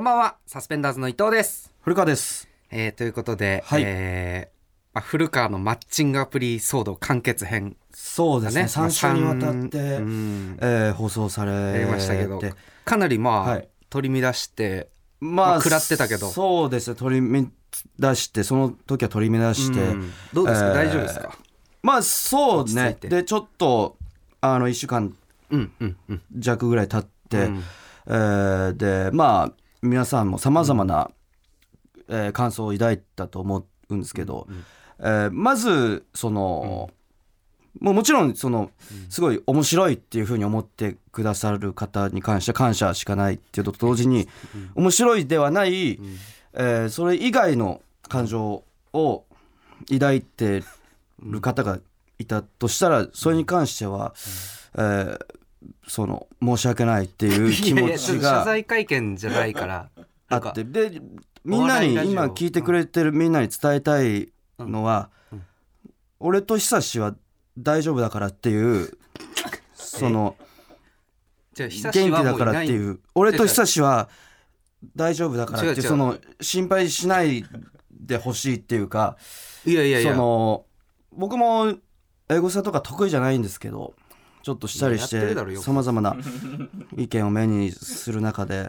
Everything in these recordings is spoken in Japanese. んばんはサスペンダーズの伊藤です、古川です。えーということで、はいえーまあ、古川のマッチングアプリ騒動完結編そうでだすね。ね三週にわたって、うえんー放送さやれりましたけどてかなりまあ、はい取り乱してままあ食らってたけどそうですね。取り乱してその時は取り乱して、うんどうですか、えー大丈夫ですかまあそう落ちね着。いてでちょっとあの一週間うんうんうん弱ぐらい経って、うんえーでまあ皆さんもさまざまな、えー感想を抱いたと思うんですけど、えーまずその、もうもちろんそのすごい面白いっていうふうに思ってくださる方に関しては感謝しかないっていうのと同時に、面白いではない、えーそれ以外の感情を抱いてる方がいたとしたらそれに関しては、えーその申し訳ないっていう気 いやい持やちょっとが謝罪会見じゃないからあなんかってでみんなお笑にいラジオ今聞いてくれてるみんなに伝えたいのは、うんうん俺と久志は大丈夫だからっていうそのじゃあ元久し気はだもうかいらなっいていう俺違う違とう久志は大丈夫だからっ違う違ていううその心配しないでほしいっていうかいやいやいやその僕もエゴサとか得意じゃないんですけどちょっとしたりしいややっててるだろよくさまざま な意見を目にする中で、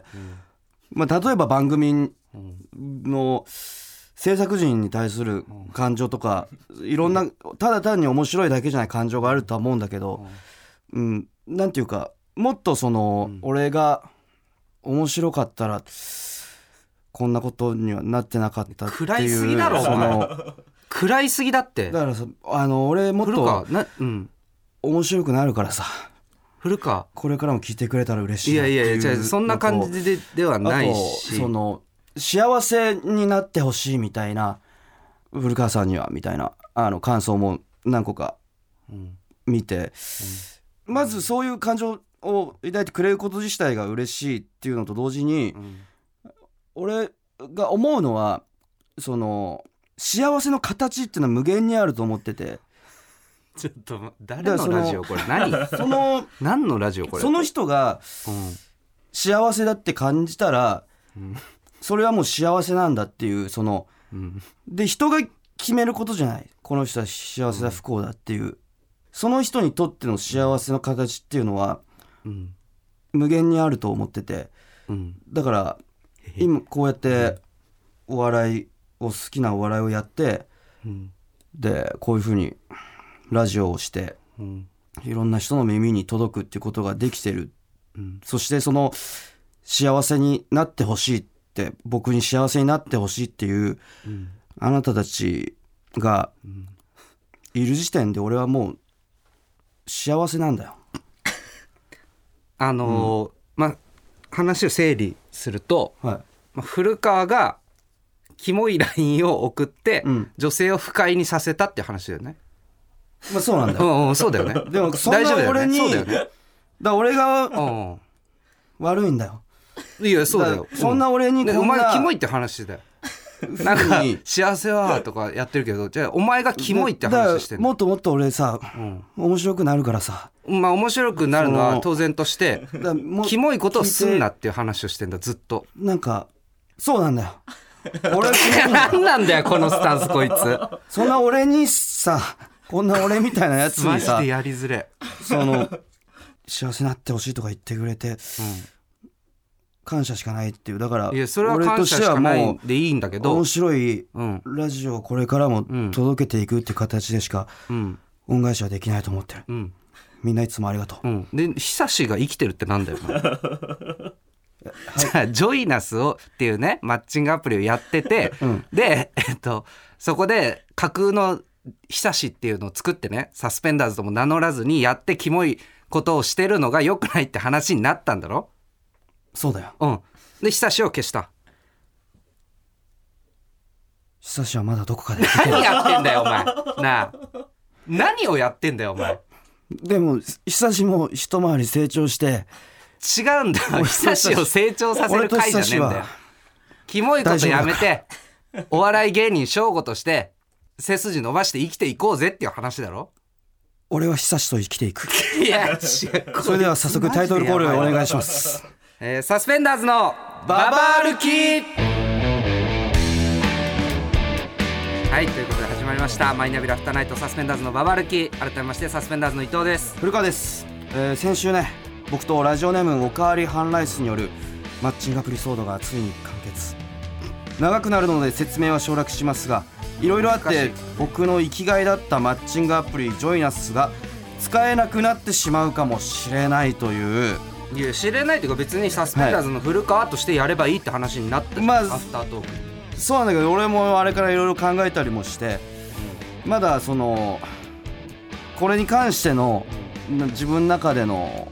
んまあ、例えば番組うんの制作陣に対する感情とかいろんなただ単に面白いだけじゃない感情があるとは思うんだけど、うん、なんていうかもっとその、俺が面白かったらこんなことにはなってなかったっていう暗いすぎだろおそ前の暗いすぎだってだからさあの俺もっ古川となうん面白くなるからさ古川これからも聞いてくれたら嬉しいいなっやていやいういや違うそんな感じでではないあとしその幸せになってほしいみたいな古川さんにはみたいなあの感想も何個かうん見て、まずそういう感情を抱いてくれること自体が嬉しいっていうのと同時に、うん俺が思うのはその幸せの形っていうのは無限にあると思っててちょっと誰のラジオこれ 何その何のラジオ これその人がうん幸せだって感じたら、うんそれはもう幸せなんだっていうその。うんで人が決めることじゃないこの人は幸せだ不幸だっていう、その人にとっての幸せの形っていうのはうん無限にあると思っててうんだから今こうやってお笑いを好きなお笑いをやってうんでこういうふうにラジオをしてうんいろんな人の耳に届くっていうことができてるうんそしてその幸せになってほしいって僕に幸せになってほしいっていううんあなたたちがんいる時点で俺はもう幸せなんだよ。あのーまあ話を整理するとはまあ古川がキモい LINE を送ってうん女性を不快にさせたって話だよねい。まあそうなんだう よ。んうんそうだよね でもそんな大丈夫だよね俺にそうだよねだから俺うがんうん悪いんだよ。いやそうだよからそんな俺にねこおんな前キモいって話だ よなんか幸せはとかやってるけどじゃあお前がキモいって話してだからるもっともっと俺さ、面白くなるからさ。まあ面白くなるのそはの当然としてだからも うキモいことをすんなっていう話をしてんだずっとなんかそうなんだよ。俺はキモいんだよ何 なんだよこのスタンスこいつそんな俺にさこんな俺みたいなや つマにジさでやりづれその 幸せになってほしいとか言ってくれて感謝しかないっていうだからいやそれは感謝しかな俺としていんはもでいいんだけうど面白いうんラジオをこれからもん届けていくっていう形でしかうん恩返しはできないと思ってるうんみんないつもありがとううんで久しが生きてるってなんだよお前じゃあジョイナスをっていうねマッチングアプリをやってて、で、えっと、そこで架空の久しっていうのを作ってねサスペンダーズとも名乗らずにやってキモいことをしてるのが良くないって話になったんだろそうだようんで久しを消した久しはまだどこかで 何やってんだよお前なあ何をやってんだよお前でも久しも一回り成長して違うん だよ久しを成長させる会じゃねえんだ俺と久よ志は キモいことやめてお笑い芸人翔吾として背筋伸ばして生きていこうぜっていう話だろ俺は久しと生きていく いや違うそれでは早速タイトルコールをお願いしますえーサスペンダーズのババ歩きはいということで始まりましたマイナビラフターナイトサスペンダーズのババ歩き改めましてサスペンダーズの伊藤です古川です、えー先週ね僕とラジオネームおかわりハンライスによるマッチングアプリ騒動がついに完結長くなるので説明は省略しますがいろいろあっ難してい僕の生きがいだったマッチングアプリジョイナスが使えなくなってしまうかもしれないといういや知れないというか別にサスペンダーズの古川としてやればいいって話になって、まあアフタートークそうなんだけど俺もあれからいろいろ考えたりもしてまだそのこれに関してのな自分の中での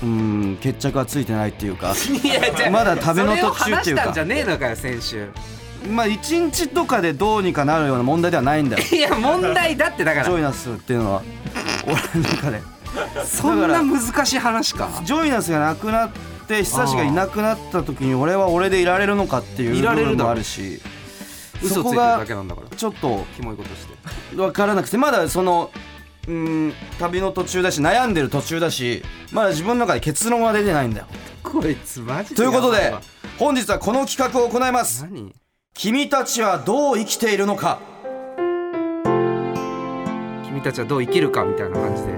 うん決着はついてないっていうか いやじゃあまだ旅の途中っていうそれを話しかたんじゃねえのかよ先週まあ一日とかでどうにかなるような問題ではないん だよいや問題だってだかジョらイナスっていう のは俺の中でそんな難しい話かジョイナスがなくなって久しがいなくなった時に俺は俺でいられるのかっていういられるだろ部分もあるし嘘そついてこるだがけなんだからちょっとキモいことして分からなくてまだそのうん旅の途中だし悩んでる途中だしまだ自分の中で結論は出てないんだよ こいつマジでということやでばわ本日はこの企画を行います何君たちはどう生きているのか君たちはどう生きるかみたいな感じで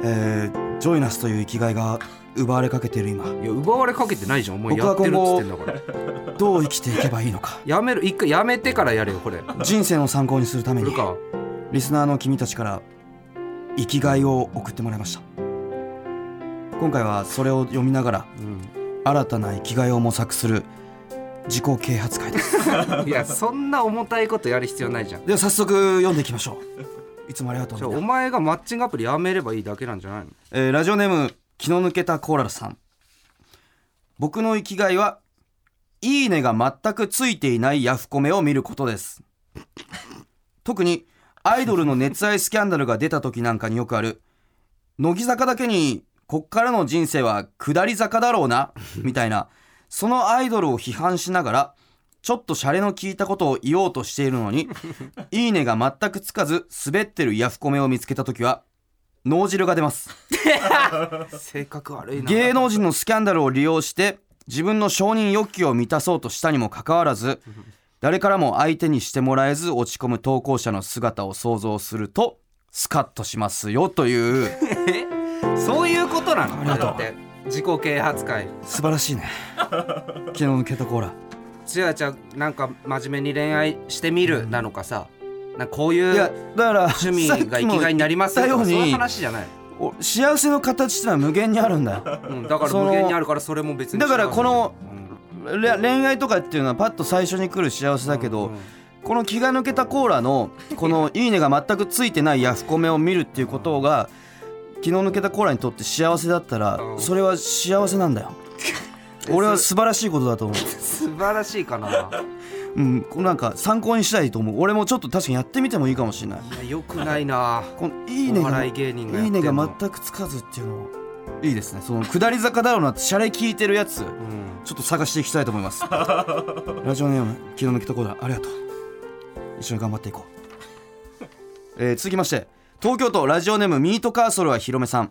えー、ジョイナスという生きがいが奪われかけている今いや奪われかけてないじゃんお前僕やはってるっ今つっ後てんだからどう生きていけばいいの かやめる一回やめてからやれよこれ人生の参考にするため古に川リスナーの君たちから生きがいを送ってもらいました今回はそれを読みながらうん新たな生きがいを模索する自己啓発会ですいやそんな重たいことやる必要ないじゃんでは早速読んでいきましょういつもありがとじゃうあみんおな、前がマッチングアプリやめればいいだけなんじゃないのえーラジオネーム気の抜けたコーラルさん僕の生きがいは「いいね」が全くついていないヤフコメを見ることです特にアイドルの熱愛スキャンダルが出た時なんかによくある乃木坂だけにこっからの人生は下り坂だろうなみたいなそのアイドルを批判しながらちょっとシャレの効いたことを言おうとしているのに「いいね」が全くつかず滑ってるヤフコメを見つけた時は脳汁が出ます性格悪いな芸能人のスキャンダルを利用して自分の承認欲求を満たそうとしたにもかかわらず誰からも相手にしてもらえず落ち込む投稿者の姿を想像するとスカッとしますよというそういうことなのありがとうだって自己啓発会素晴ら しいね昨日のケタコーラちあちゃなんか真面目に恋愛してみるなのかさなんかこういいやうだから趣味が生きがいになりますさよとっきもかそういう言ったよ話じゃない、うにお幸せの形ってのは無限にあるんだようん、だからその無限にあるからそれも別にだからこ幸のせにれ恋愛とかっていうのはパッと最初に来る幸せだけど、うんうんこの気が抜けたコー ラのこの「いいね」が全くついてないヤフコメを見るっていうことが気の抜けたコーラにとって幸せだったらうんそれは幸せなん だよ俺は素晴らしいことだと思素晴らしいかなう、うん、こうなんか参考にしたいと思う俺もちょっと確かにやってみてもいいかもしれないいやよくないなこの「いいねおが」笑い芸人がやっいていんのねが全くつかずっていうのはいいですねその下り坂だろうなってシャレ聞いてるやつうんちょっと探していきたいと思いますラジオネーム気の抜けたコーラありがとう一緒に頑張っていこう、えー続きまして東京都ラジオネームミートカーソルはひろめさん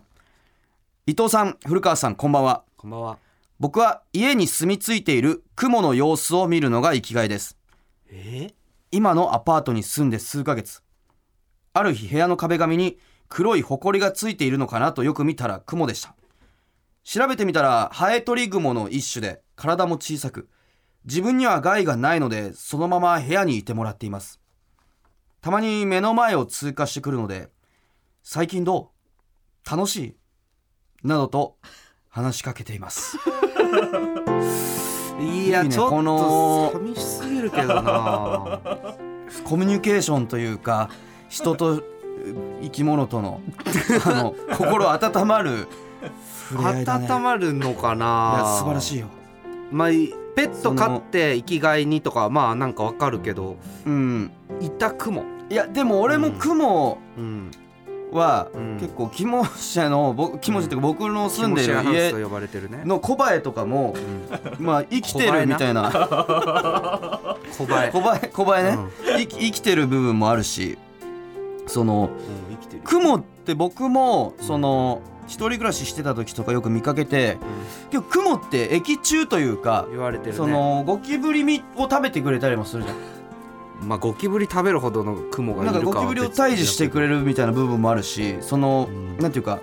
伊藤さん古川さんこんばんはこんばんは僕は家に住み着いている雲の様子を見るのが生きがいですえ今のアパートに住んで数ヶ月ある日部屋の壁紙に黒い埃がついているのかなとよく見たら雲でした調べてみたらハエトリグモの一種で体も小さく自分には害がないのでそのまま部屋にいてもらっていますたまに目の前を通過してくるので「最近どう楽しい?」などと話しかけていますいやいいねちょっこのと寂しすぎるけどなコミュニケーションというか人とう生き物と のあの心温まる触れ合いだね温まるのかいなや素晴らしいよまあ、ペット飼って生きがいにとかはまあなんかわかるけどうんいたくも、いやでも俺も雲うん、はうん結構気持ちの僕気持ちっていうか僕の住んでキモシェアるハウス家と呼ばれてるねの小バエとかもんまあ生きてるみたいな小バエ、小バエ小バエねうん生き生きてる部分もあるしそのうん生きてる雲って僕もその一人暮らししてた時とかよく見かけて結構雲って液中というか、言われてるねそのゴキブリみを食べてくれたりもするじゃんまあゴキブリ食べるほどの雲がいなるんかかはゴキブリを退治してくれるみたいな部分もあるしその、んなんていうか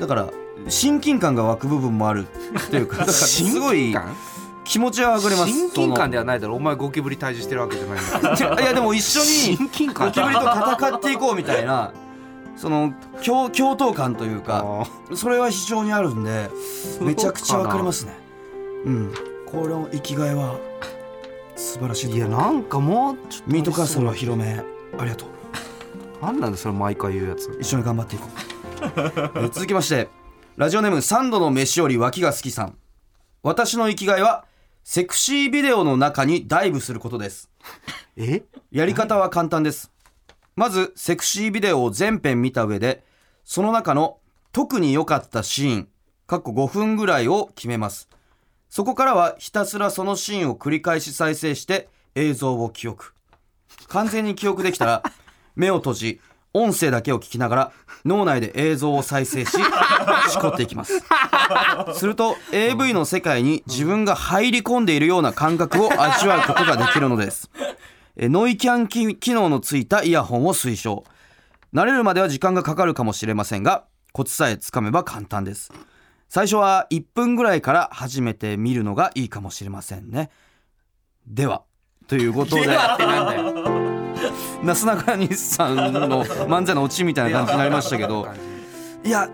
だから親近感が湧く部分もあるって いうかだからすご親近い感気持ちは上がります親近感ではないだろお前ゴキブリ退治してるわけじゃないんだからそのいやでも一緒に親近感ゴキブリと戦っていこうみたいなその共共闘感という かあそれは非常にあるんでうめちゃくちゃわかりますねうんこれの生きがいは素晴らしいーとい思うやなんかもうちょっとミートカッサルは広めありがとうなんなんだそれ毎回言うやつ一緒に頑張っていこう えー続きましてラジオネーム三度の飯より脇が好きさん私の生きがいはセクシービデオの中にダイブすることですえやり方は簡単ですまずセクシービデオを全編見た上でその中の特に良かったシーンかっこ5分ぐらいを決めますそこからはひたすらそのシーンを繰り返し再生して映像を記憶完全に記憶できたら目を閉じ音声だけを聞きながら脳内で映像を再生ししこっていきますすると AV の世界に自分が入り込んでいるような感覚を味わうことができるのですえーノイキャン機機能のついたイヤホンを推奨慣れるまでは時間がかかるかもしれませんがコツさえつかめば簡単です最初は1分ぐらいから始めてみるのがいいかもしれませんねではということでってなんだよなすなかにしさんの漫才のオチみたいな感じになりましたけど いや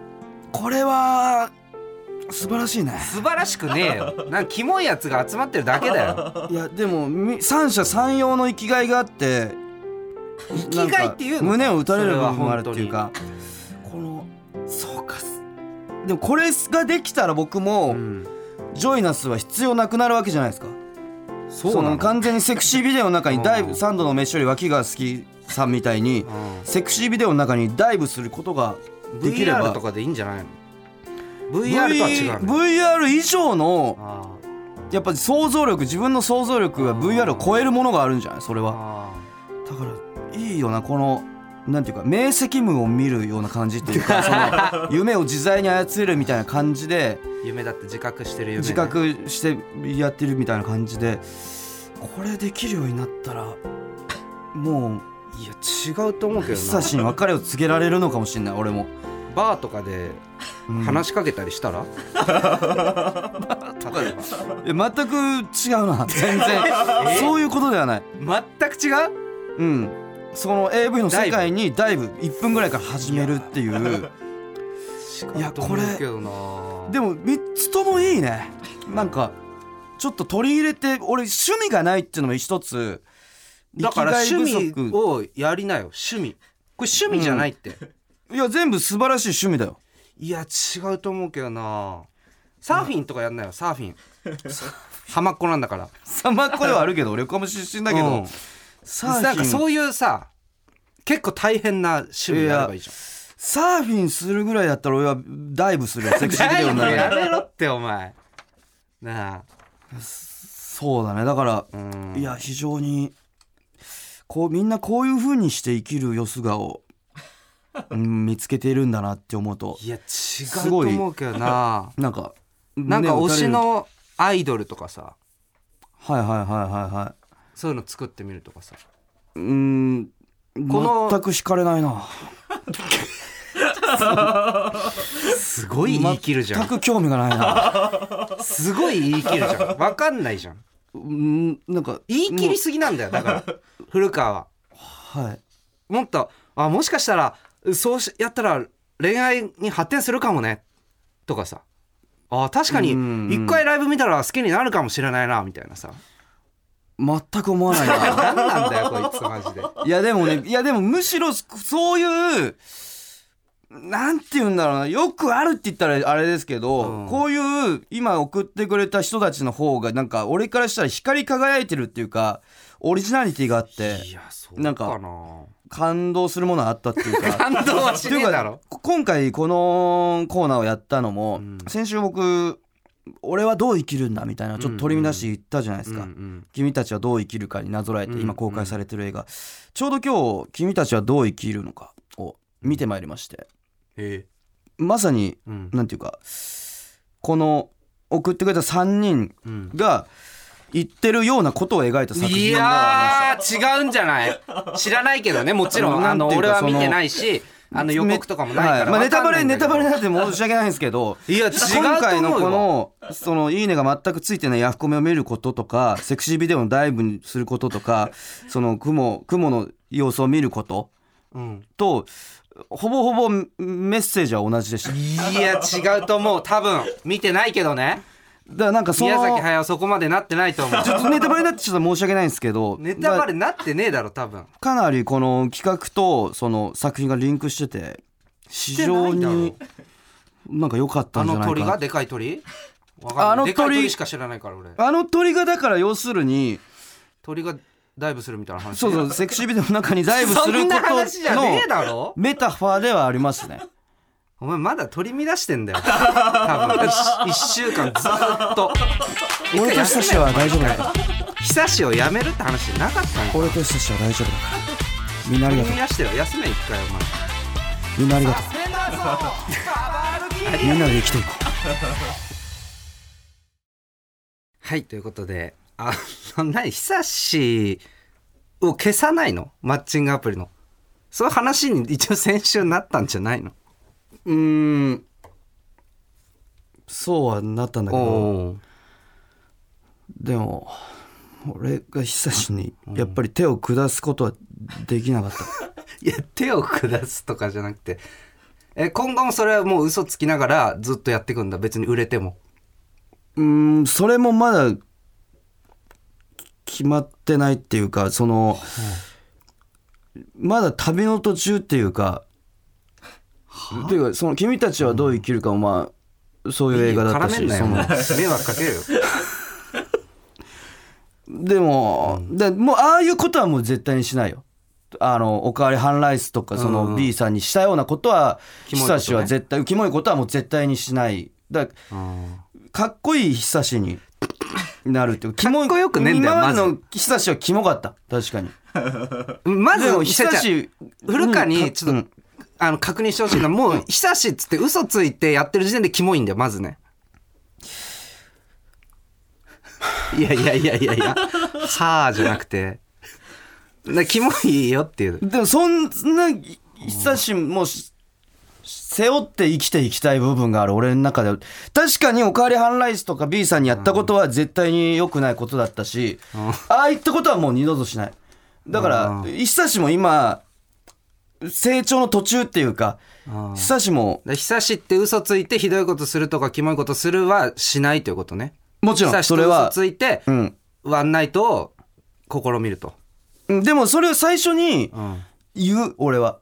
これは素晴らしいね素晴らしくねえよなんかキモいやつが集まってるだけだよいやでもみ三者三様の生きがいがあって生きがいっていうのか胸を打たれる部分もあるっていうかこのそうかすでもこれができたら僕も、うんジョイナスは必要なくなるわけじゃないですかそうそなのの完全にセクシービデオの中うにんダイブサンドの飯より脇が好きさんみたいにうんセクシービデオの中にダイブすることができれ VR ばとかでいいんじゃないの VR とは違うの VR 以上のあやっぱり想像力自分の想像力が VR を超えるものがあるんじゃないそれーはあだからいいよなこのなんていうか明晰夢を見るような感じっていうか その夢を自在に操れるみたいな感じでー夢だって自覚してる夢ね自覚してやってるみたいな感じでこれできるようになったらもういや違うと思うけど久なしに別れを告げられるのかもしれない俺も、バーとかでうん話しかけたりしたら、例ええ全く違うな 全然そういうことではないば全く違ううんその AV の世界にダイブ1分ぐらいから始めるっていういやこれ違うと思うけどなでも3つともいいねなんかちょっと取り入れて俺趣味がないっていうのも一つだから生き趣がい不味足をやりなよ趣味これ趣味じゃないって、いや全部素晴らしい趣味だよいや違うと思うけどなサーフィンとかやんなよサーフィン浜っ子なんだからさまっこではあるけど俺横浜出身だけど、うんサーフィンなんかそういうさ結構大変な趣味やればいいじゃんサーフィンするぐらいだったら俺はダイブするよセクシービデオ のダイブや中でめろってお前なあそうだねだから、うんいや非常にこうみんなこういう風にして生きるよす がを、うん、見つけているんだなって思うといや違うと思うけど ななんかなんか胸打推たれしるのアイドルとかさはいはいはいはいはいそういうの作ってみるとかさうーんこの全く惹かれないなすごい言い切るじゃ全んく興味がない なすごい言い切るじ ゃんわかんないじゃんうんなんか言い切りすぎなんだよだから古川ははいもっとあもしかしたらそうしやったら恋愛に発展するかもねとかさあ確かにうん一回ライブ見たら好きになるかもしれないなみたいなさ全く思わないな何なん だよこいつマジでいやでもねいやでもむしろそういうなんて言うんだろうなよくあるって言ったらあれですけど、うんこういう今送ってくれた人たちの方がなんか俺からしたら光り輝いてるっていうかオリジナリティがあっていやそうなんかかな感動するものがあったっていうか。 感動はっしてねいえうだろか今回このコーナーをやったのも、うん先週僕俺はどう生きるんだみたいなのをちょっと取り乱して言ったじゃないですか、うん君たちはどう生きるかになぞらえてうん今公開されてる映画、ちょうど今日「君たちはどう生きるのか」を見てまいりましてえまさに、うんなんていうかこの送ってくれた3人うんが言ってるようなことを描いた作い品がやー違うんじゃない知らないけどねもちろん なあんてのいうか俺はその見てないしあの予告とかもないはかいらまあ、ネタバレネタバレにいなって申し訳ないんですけどいや違うと思うよ今回のこの「そのいいね」が全くついてないヤフコメを見ることとかセクシービデオのダイブにすることとかその雲雲の様子を見ることうんとほぼほぼメッセージは同じでしただかいや違うと思う多分見てないけどねらなんかその宮崎駿はそこまでなってないと思うちょっとネタバレになってちょっと申し訳ないんですけどネタバレなってねえだろ多分かなりこの企画とその作品がリンクしてて非常してないにだろなんか良かったあんじゃのない鳥かがなでかい鳥わかんないあので鳥かい鳥しか知らないから俺あの鳥がだから要するに鳥がダイブするみたいな話そうそうセクシービデオの中にダイブするそんこな話じとゃねえのだろメタファーではありますねお前まだ取り乱してんだよ多分一一週間ずーっと俺と久志は大丈夫だから久しをやめるって話じゃなかったの俺と久志は大丈夫だからみんなありが取とうり乱してよ休め一回お前みんなありがとうみんなで生きていこはいということであ の何久しを消さないのマッチングアプリのそういう話に一応先週なったんじゃないのううーんそうはなったんだけどおでも俺が久志にやっぱり手を下すことはできなかったいや手を下すとかじゃなくてえ今後もそれはもう嘘つきながらずっとやっていくんだ別に売れてもうーんそれもまだ決まってないっていうかその、まだ旅の途中っていうかっていうかその君たちはどう生きるかもまあそういう映画だった絡しめんなよそおの前迷惑かけるよでも、でもうああいうことはもう絶対にしないよ。あのおかわりハンライスとかそうんの B さんにしたようなことは、キモいことね久しは絶対キモいことはもう絶対にしない。だからかっこいい久しになるっていうキモい かっこよくねえんだよ今までまの久しはキモかった確かにまずでも久久しし古川にちょっと、うんあの確認してほしいのはもう久しっつって嘘ついてやってる時点でキモいんだよまずねいやいやいやいやいや「はあ」じゃなくてなキモいよっていうでもそんな久しもし背負って生きていきたい部分がある俺の中では確かに「おかわりハンライス」とか B さんにやったことは絶対に良くないことだったし、ああいったことはもう二度としないだから久しも今成長の途中っていうか久しもだ久しって嘘ついてひどいことするとかキモいことするはしないということねもちろ久んしそとれ嘘はついてうんワンナイトを試みると、うんでもそれを最初にうん、言う俺は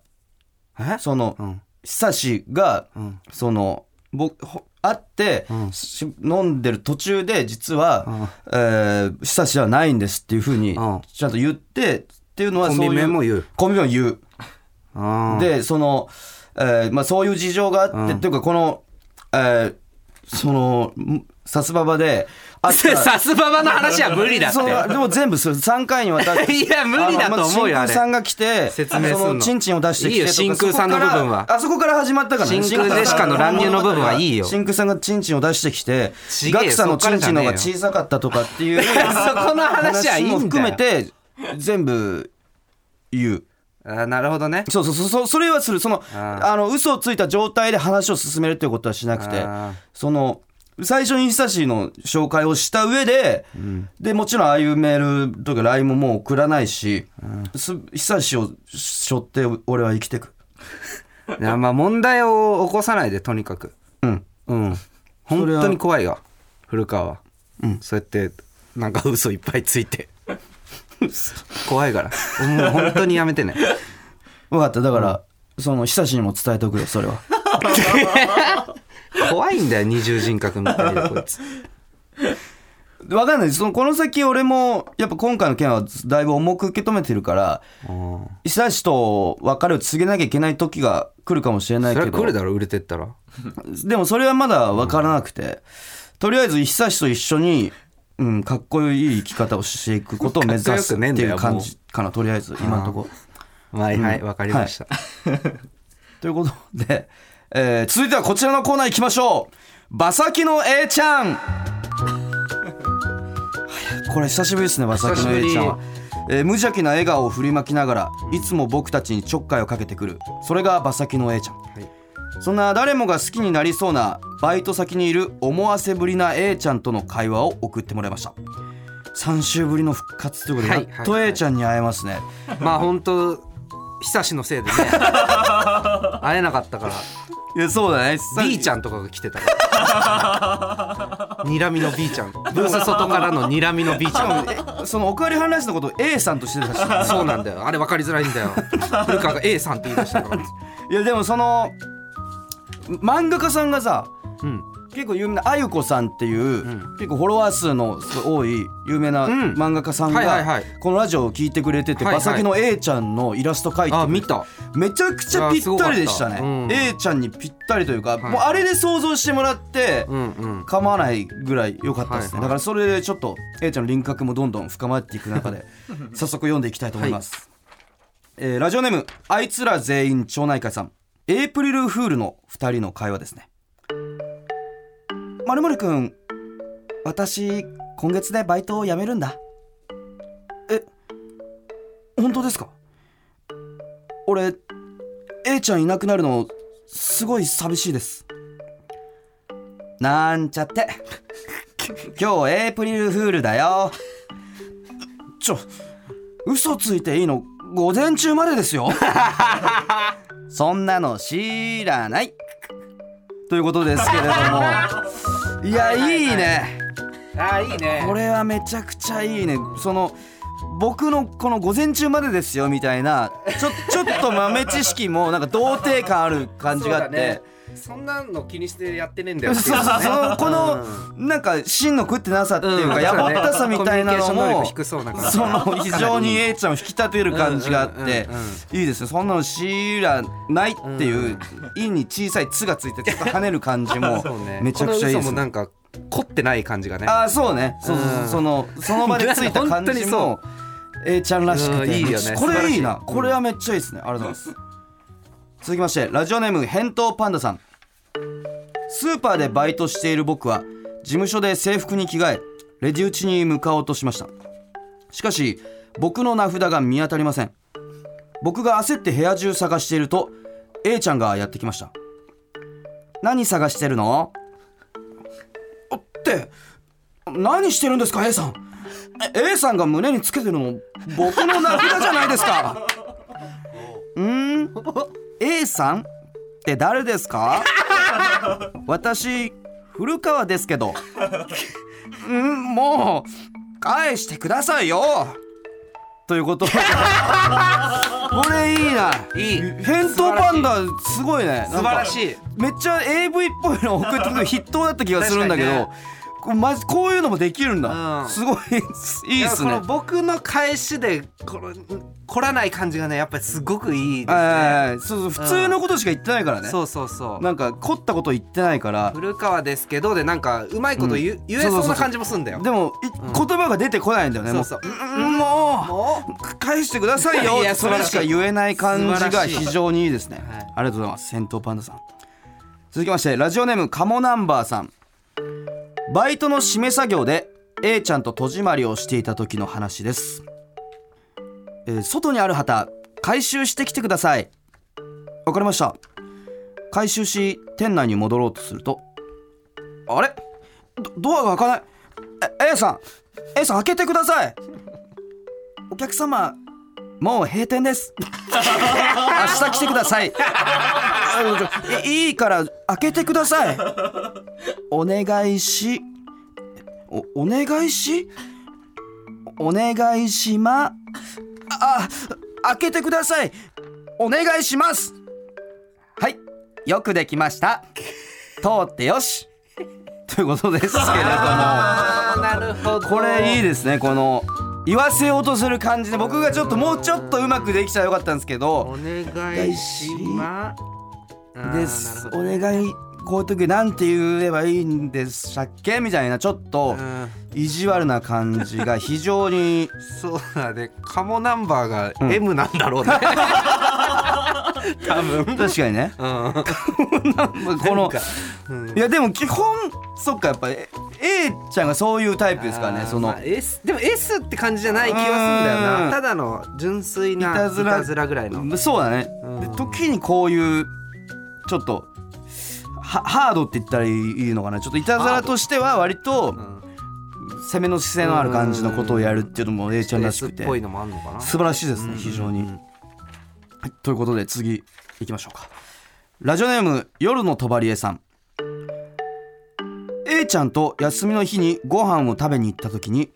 えその、うん久しが、んその僕ほ会って、んし飲んでる途中で実は、えー久しはないんですっていうふうにうんちゃんと言ってっていうのはコンそういうビ名も言うコンビ名も言う、あでその、えーまあ、そういう事情があって、っていうかこの、えーそのん札馬場で あさすばばの話は無理だってそのでも全部する3回にわたっ ていや無理だと思うよあれあのまず真空さんが来て説明すんのそのチンチンを出してきてとかいいよ真空さんの部分はそこからあそこから始まったからね真空ジェシカの乱入の部分はいいよ真空さんがチンチンを出してきてちげえよガクさんのチンチンの方がそっからじゃねえ小さかったとかっていうそこの話はいいんだよも含めて全部言うあなるほ どねそうそうそうそうそれはするそのああの嘘をついた状態で話を進めるということはしなくてあーその最初に久しの紹介をした上で、でもちろんああいうメールとか LINE ももう送らないし、す久しを背負って俺は生きてくいやまあ問題を起こさないでとにかくうんうん本当に怖いよ古川は、そうやってなんか嘘いっぱいついて 怖いからもう本当にやめてね分かっただから、その久しにも伝えておくよそれは 怖いんだよ二重人格みたいでこい つ分かんないそのこの先俺もやっぱ今回の件はだいぶ重く受け止めてるからうん久しと別れを告げなきゃいけない時が来るかもしれなそいれはけ来どるだろ売れてったらでもそれはまだ分からなくて、とりあえず久しと一緒に、うん、かっこいい生き方をしていくことを目指かっこすよっくねえんてだよいう感じかなとりあえず今のところ。はいはいわかりました、ということで、えー続いてはこちらのコーナー行きましょう馬先の A ちゃん これ久しぶりですね馬先の A ちゃんは久、えー無邪気な笑顔を振りまきながらいつも僕たちにちょっかいをかけてくるそれが馬先の A ちゃん、いそんな誰もが好きになりそうなバイト先にいる思わせぶりな A ちゃんとの会話を送ってもらいました3週ぶりの復活ということで、はいやっとはいはい A ちゃんに会えますね、まあ本当久しのせい でね会えなかったからいやそうだね B ちゃんとかが来てたから睨みの B ちゃんブース外からの睨みの B ちゃんえそのおかわりハンライスのことを A さんとしてたし そうなんだよあれ分かりづらいんだよ古川が A さんって言い出したからいやでもその漫画家さんがさうん結構有名なあゆこさんっていう、ん結構フォロワー数のすごい多い有名なうん漫画家さんが、はいはいはいこのラジオを聞いてくれてて、はいはい馬先の A ちゃんのイラスト描いてあくれ見てためちゃくちゃぴったりでしたいやすごかっねたうん A ちゃんにぴったりというか、はいもうあれで想像してもらって、うんうん構わないぐらい良かったですね、はいはいだからそれでちょっと A ちゃんの輪郭もどんどん深まっていく中で早速読んでいきたいと思います、えーラジオネームあいつら全員町内会さんエイプリルフールの2人の会話ですねまるまるくん私今月でバイトを辞めるんだえ本当ですか俺 A ちゃんいなくなるのすごい寂しいですなんちゃって今日エイプリルフールだよちょ嘘ついていいの午前中までですよそんなの知らないということですけれどもいやいいねあいいねこれはめちゃくちゃいいねその僕のこの午前中までですよみたいなちょちょっと豆知識もなんか童貞感ある感じがあって、そんなの気にしてやってねえんだそようそうそうそのこのなんか芯の食ってなさっていうかやぼったさみたいなのも低そうなその非常に A ちゃんを引き立てる感じがあうっんうんうんていいですねそんなの知らないっていう「い」に小さい「つ」がついてちょっと跳ねる感じ もそうねめちゃくちゃいいこの嘘ですもねなんか凝ってない感じがねああそうねそうそうそううんそのその場でついた感本当にじも そ A ちゃんらしくうんていいよねこ素晴れらしいいいなこれはめっちゃいいですねありがとうございます続きましてラジオネーム返答パンダさんスーパーでバイトしている僕は事務所で制服に着替えレジ打ちに向かおうとしましたしかし僕の名札が見当たりません僕が焦って部屋中探していると A ちゃんがやってきました何探してるのって何してるんですか A さんえ A さんが胸につけてるの僕の名札じゃないで すかうーん A さんって誰ですか私古川ですけどうんもう返してくださいよとい うことでこれいいないいい返答パンダすごいね素晴らしいめっちゃ AV っぽいの送 ってくる筆頭だった気がするんだけど、確かこうまじこういうのもできるんだ、うんすごいいいっすやねこの僕の返しでこの凝らない感じがねやっぱりすごくいいですねええそうそう普通のことしか言ってないからね、そうそうそうなんか凝ったこと言ってないから古川ですけどでなんかうまいこと言,、う言えそうそうそそううそうな感じもすんだよでも、い言葉が出てこないんだよねそうそうもうももうう返してくださいよいやそれしか言えない感素じ晴がらしい非常にいいですね、はいありがとうございます戦闘パンダさん続きましてラジオネームカモナンバーさんバイトの締め作業で A ちゃんと戸締まりをしていた時の話です、えー外にある旗回収してきてくださいわかりました回収し店内に戻ろうとするとあれドドアが開かないえ A さん A さん開けてくださいお客様もう閉店です明日来てくださいあちょいいいから開けてくださいお願いしおお願いしお願いしまあ開けてくださいお願いしますはいよくできました通ってよしということですけれどもあーなるほどこれいいですねこの言わせようとする感じで僕がちょっともうちょっとうまくできたらよかったんですけどお願いしますあーですなるおほど願いこういう時なんて言えばいいんでしたっけみたいなちょっとうん意地悪な感じが非常にそうだねカモナンバーが M なんだろうね、多分確かにねうん このなんかうんいやでも基本そっかやっぱり A ちゃんがそういうタイプですからあねーその、まあ S でも S って感じじゃない気はするんだようんなただの純粋ないいたたずずららぐらいのそうだね、うんで時にこういうちょっとはハードって言ったらいいのかなちょっといたずらとしては割とん攻めの姿勢のある感じのことをやるっていうのも A ちゃんらし S っくてぽいのもあんのかな素晴らしいですね非常に。はいということで次いきましょうかラジオネーム夜のとばりえさん A ちゃんと休みの日にご飯を食べに行った時に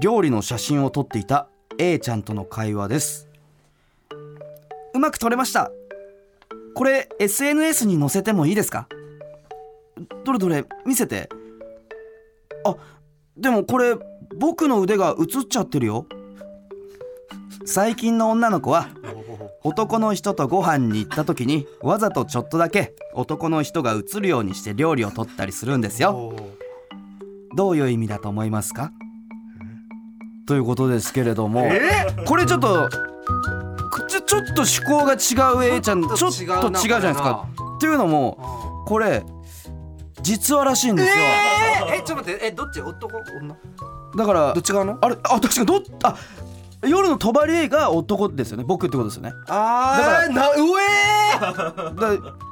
料理の写真を撮っていた A ちゃんとの会話ですうまく撮れましたこれ SNS に載せてもいいですかどれどれ見せてあでもこれ僕の腕が映っちゃってるよ最近の女の子は男の人とご飯に行った時にわざとちょっとだけ男の人が映るようにして料理を取ったりするんですよおーどういう意味だと思いますかということですけれどもこれちょっとくちょちょっと趣向が違う A ちゃんちょっと違うじゃないですかっていうのもこれ実話らしいんですよ、えーえちょっと待ってえどっち男女だからどっち側のあれあ確かにどっあ夜のとばりえが男ですよね僕ってことですよねあーなうえだから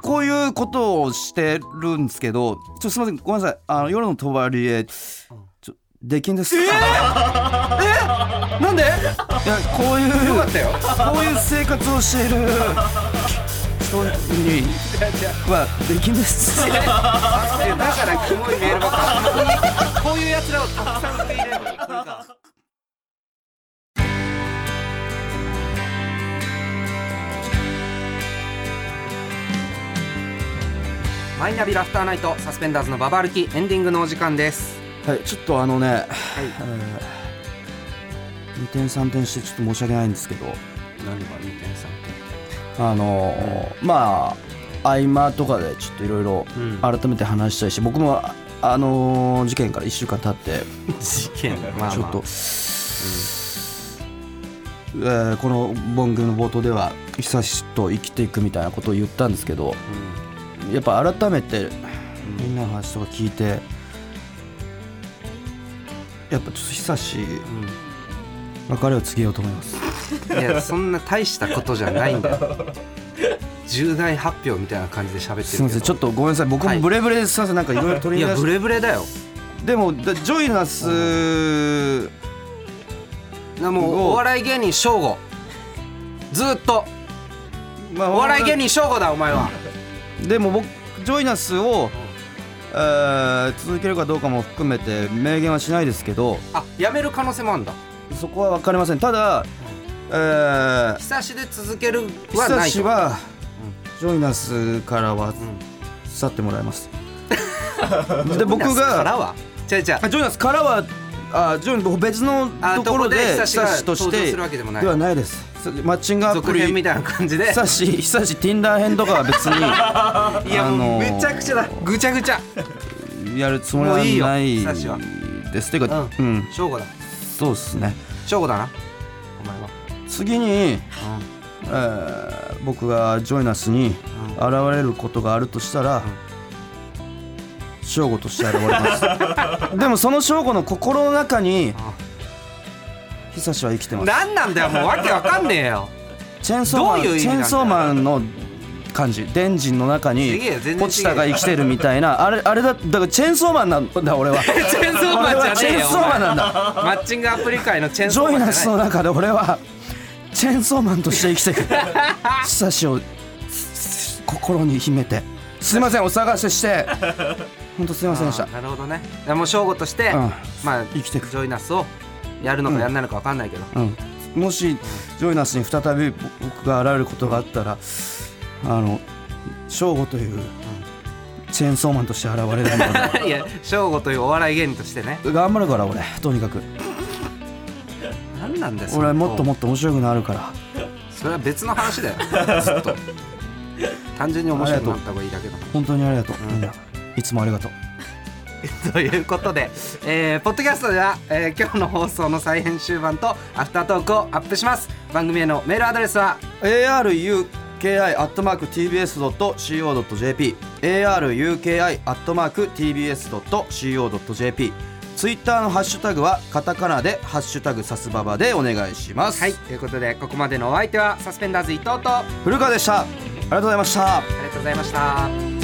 こういうことをしてるんですけどちょっとすみませんごめんなさいあの夜のとばりえちょできんですええ なんでいやこういうーだよこういう生活をしている人にはできんですだからキモいメールばっかりこういうやつらをたくさん受け入れるのこれかマイナビラフターナイトサスペンダーズのババ歩きエンディングのお時間ですはいちょっとあのねはい二転三転してちょっと申し訳ないんですけど何が二点三あのーまあ合間とかでちょっといろいろうん改めて話したいし僕もあのー事件から1週間経って点事件だまあちょっと、まえーこの番組の冒頭では久しと生きていくみたいなことを言ったんですけどあうんやっぱ改めてみんなの話とか聞いてやっぱちょっと久し別れを告げようと思いますいやそんな大したことじゃないんだよ重大発表みたいな感じで喋ってるけどすみませんちょっとごめんなさい僕はもいブレブレですすみませんなんかいろいろ取いり出やしブて、レブレだよでもだジョイナスなもうおお笑い芸人翔吾ずーっとまあお笑い芸人翔吾だお前はでも僕ジョイナスを、えー続けるかどうかも含めて明言はしないですけどあやめる可能性もあるんだそこは分かりませんただ、えー、久しで続けるは久ないしとは、ジョイナスからは去ってもらいます、で僕ジョイナスからがは違う違うあジョイナスからはあジョイナス別のあところでところで久しが久しとし登場てするわけでもないではないですそマッチングアプ続リ編みたいな感じで久し久し Tinder 編とかは別に いやもあのうーめちゃくちゃだぐちゃぐちゃやるつもりはないもういいよ久しはですていうかうん、翔吾だそうですね翔吾だなお前は次に、えー僕がジョイナスに現れることがあるとしたら、正吾として現れます でもその正吾の心の中に久しは生きてます何なんだよもうわけわかんねえよチェーンソーマンどういう意味チェなんーだよンソーマンの感じ電人の中違にえよ全然違えよポチタが生きてるみたいなあれあれだだからチェーンソーマンなんだ俺 はチェーンソーマンじゃねえ俺はチェーよンソーマンなんだお前マッチングアプリ界のチェーンジソョーイマナンスじゃのない中で俺はチェーンソーマンとして生きていく久しを心に秘めてすいませんお探しして本当すいませんでしたあーなるほどねいやもう翔吾として、うんまあ生きてくジョイナスをやるのかやらないのかわかんないけど、うん、もしジョイナスに再び僕が現れることがあったらあの翔吾というチェーンソーマンとして現れるの でいや翔吾というお笑い芸人としてね頑張るから俺とにかく何なんだよその俺もっともっと面白くなるからそれは別の話 だよずっと単純に面白くなった方がいいだけだ本当にありがとう、みんないつもありがとうということで、えーポッドキャストでは、えー今日の放送の再編集版とアフタートークをアップします番組へのメールアドレスは ARUKIRI aruki.tbs.co.jp aruki.tbs.co.jp ツイッターのハッシュタグはカタカナで「ハッシュタグサスババ」でお願いします、はい、ということでここまでのお相手はサスペンダーズ伊藤とあ古川でしたありがとうございましたりがとうございました。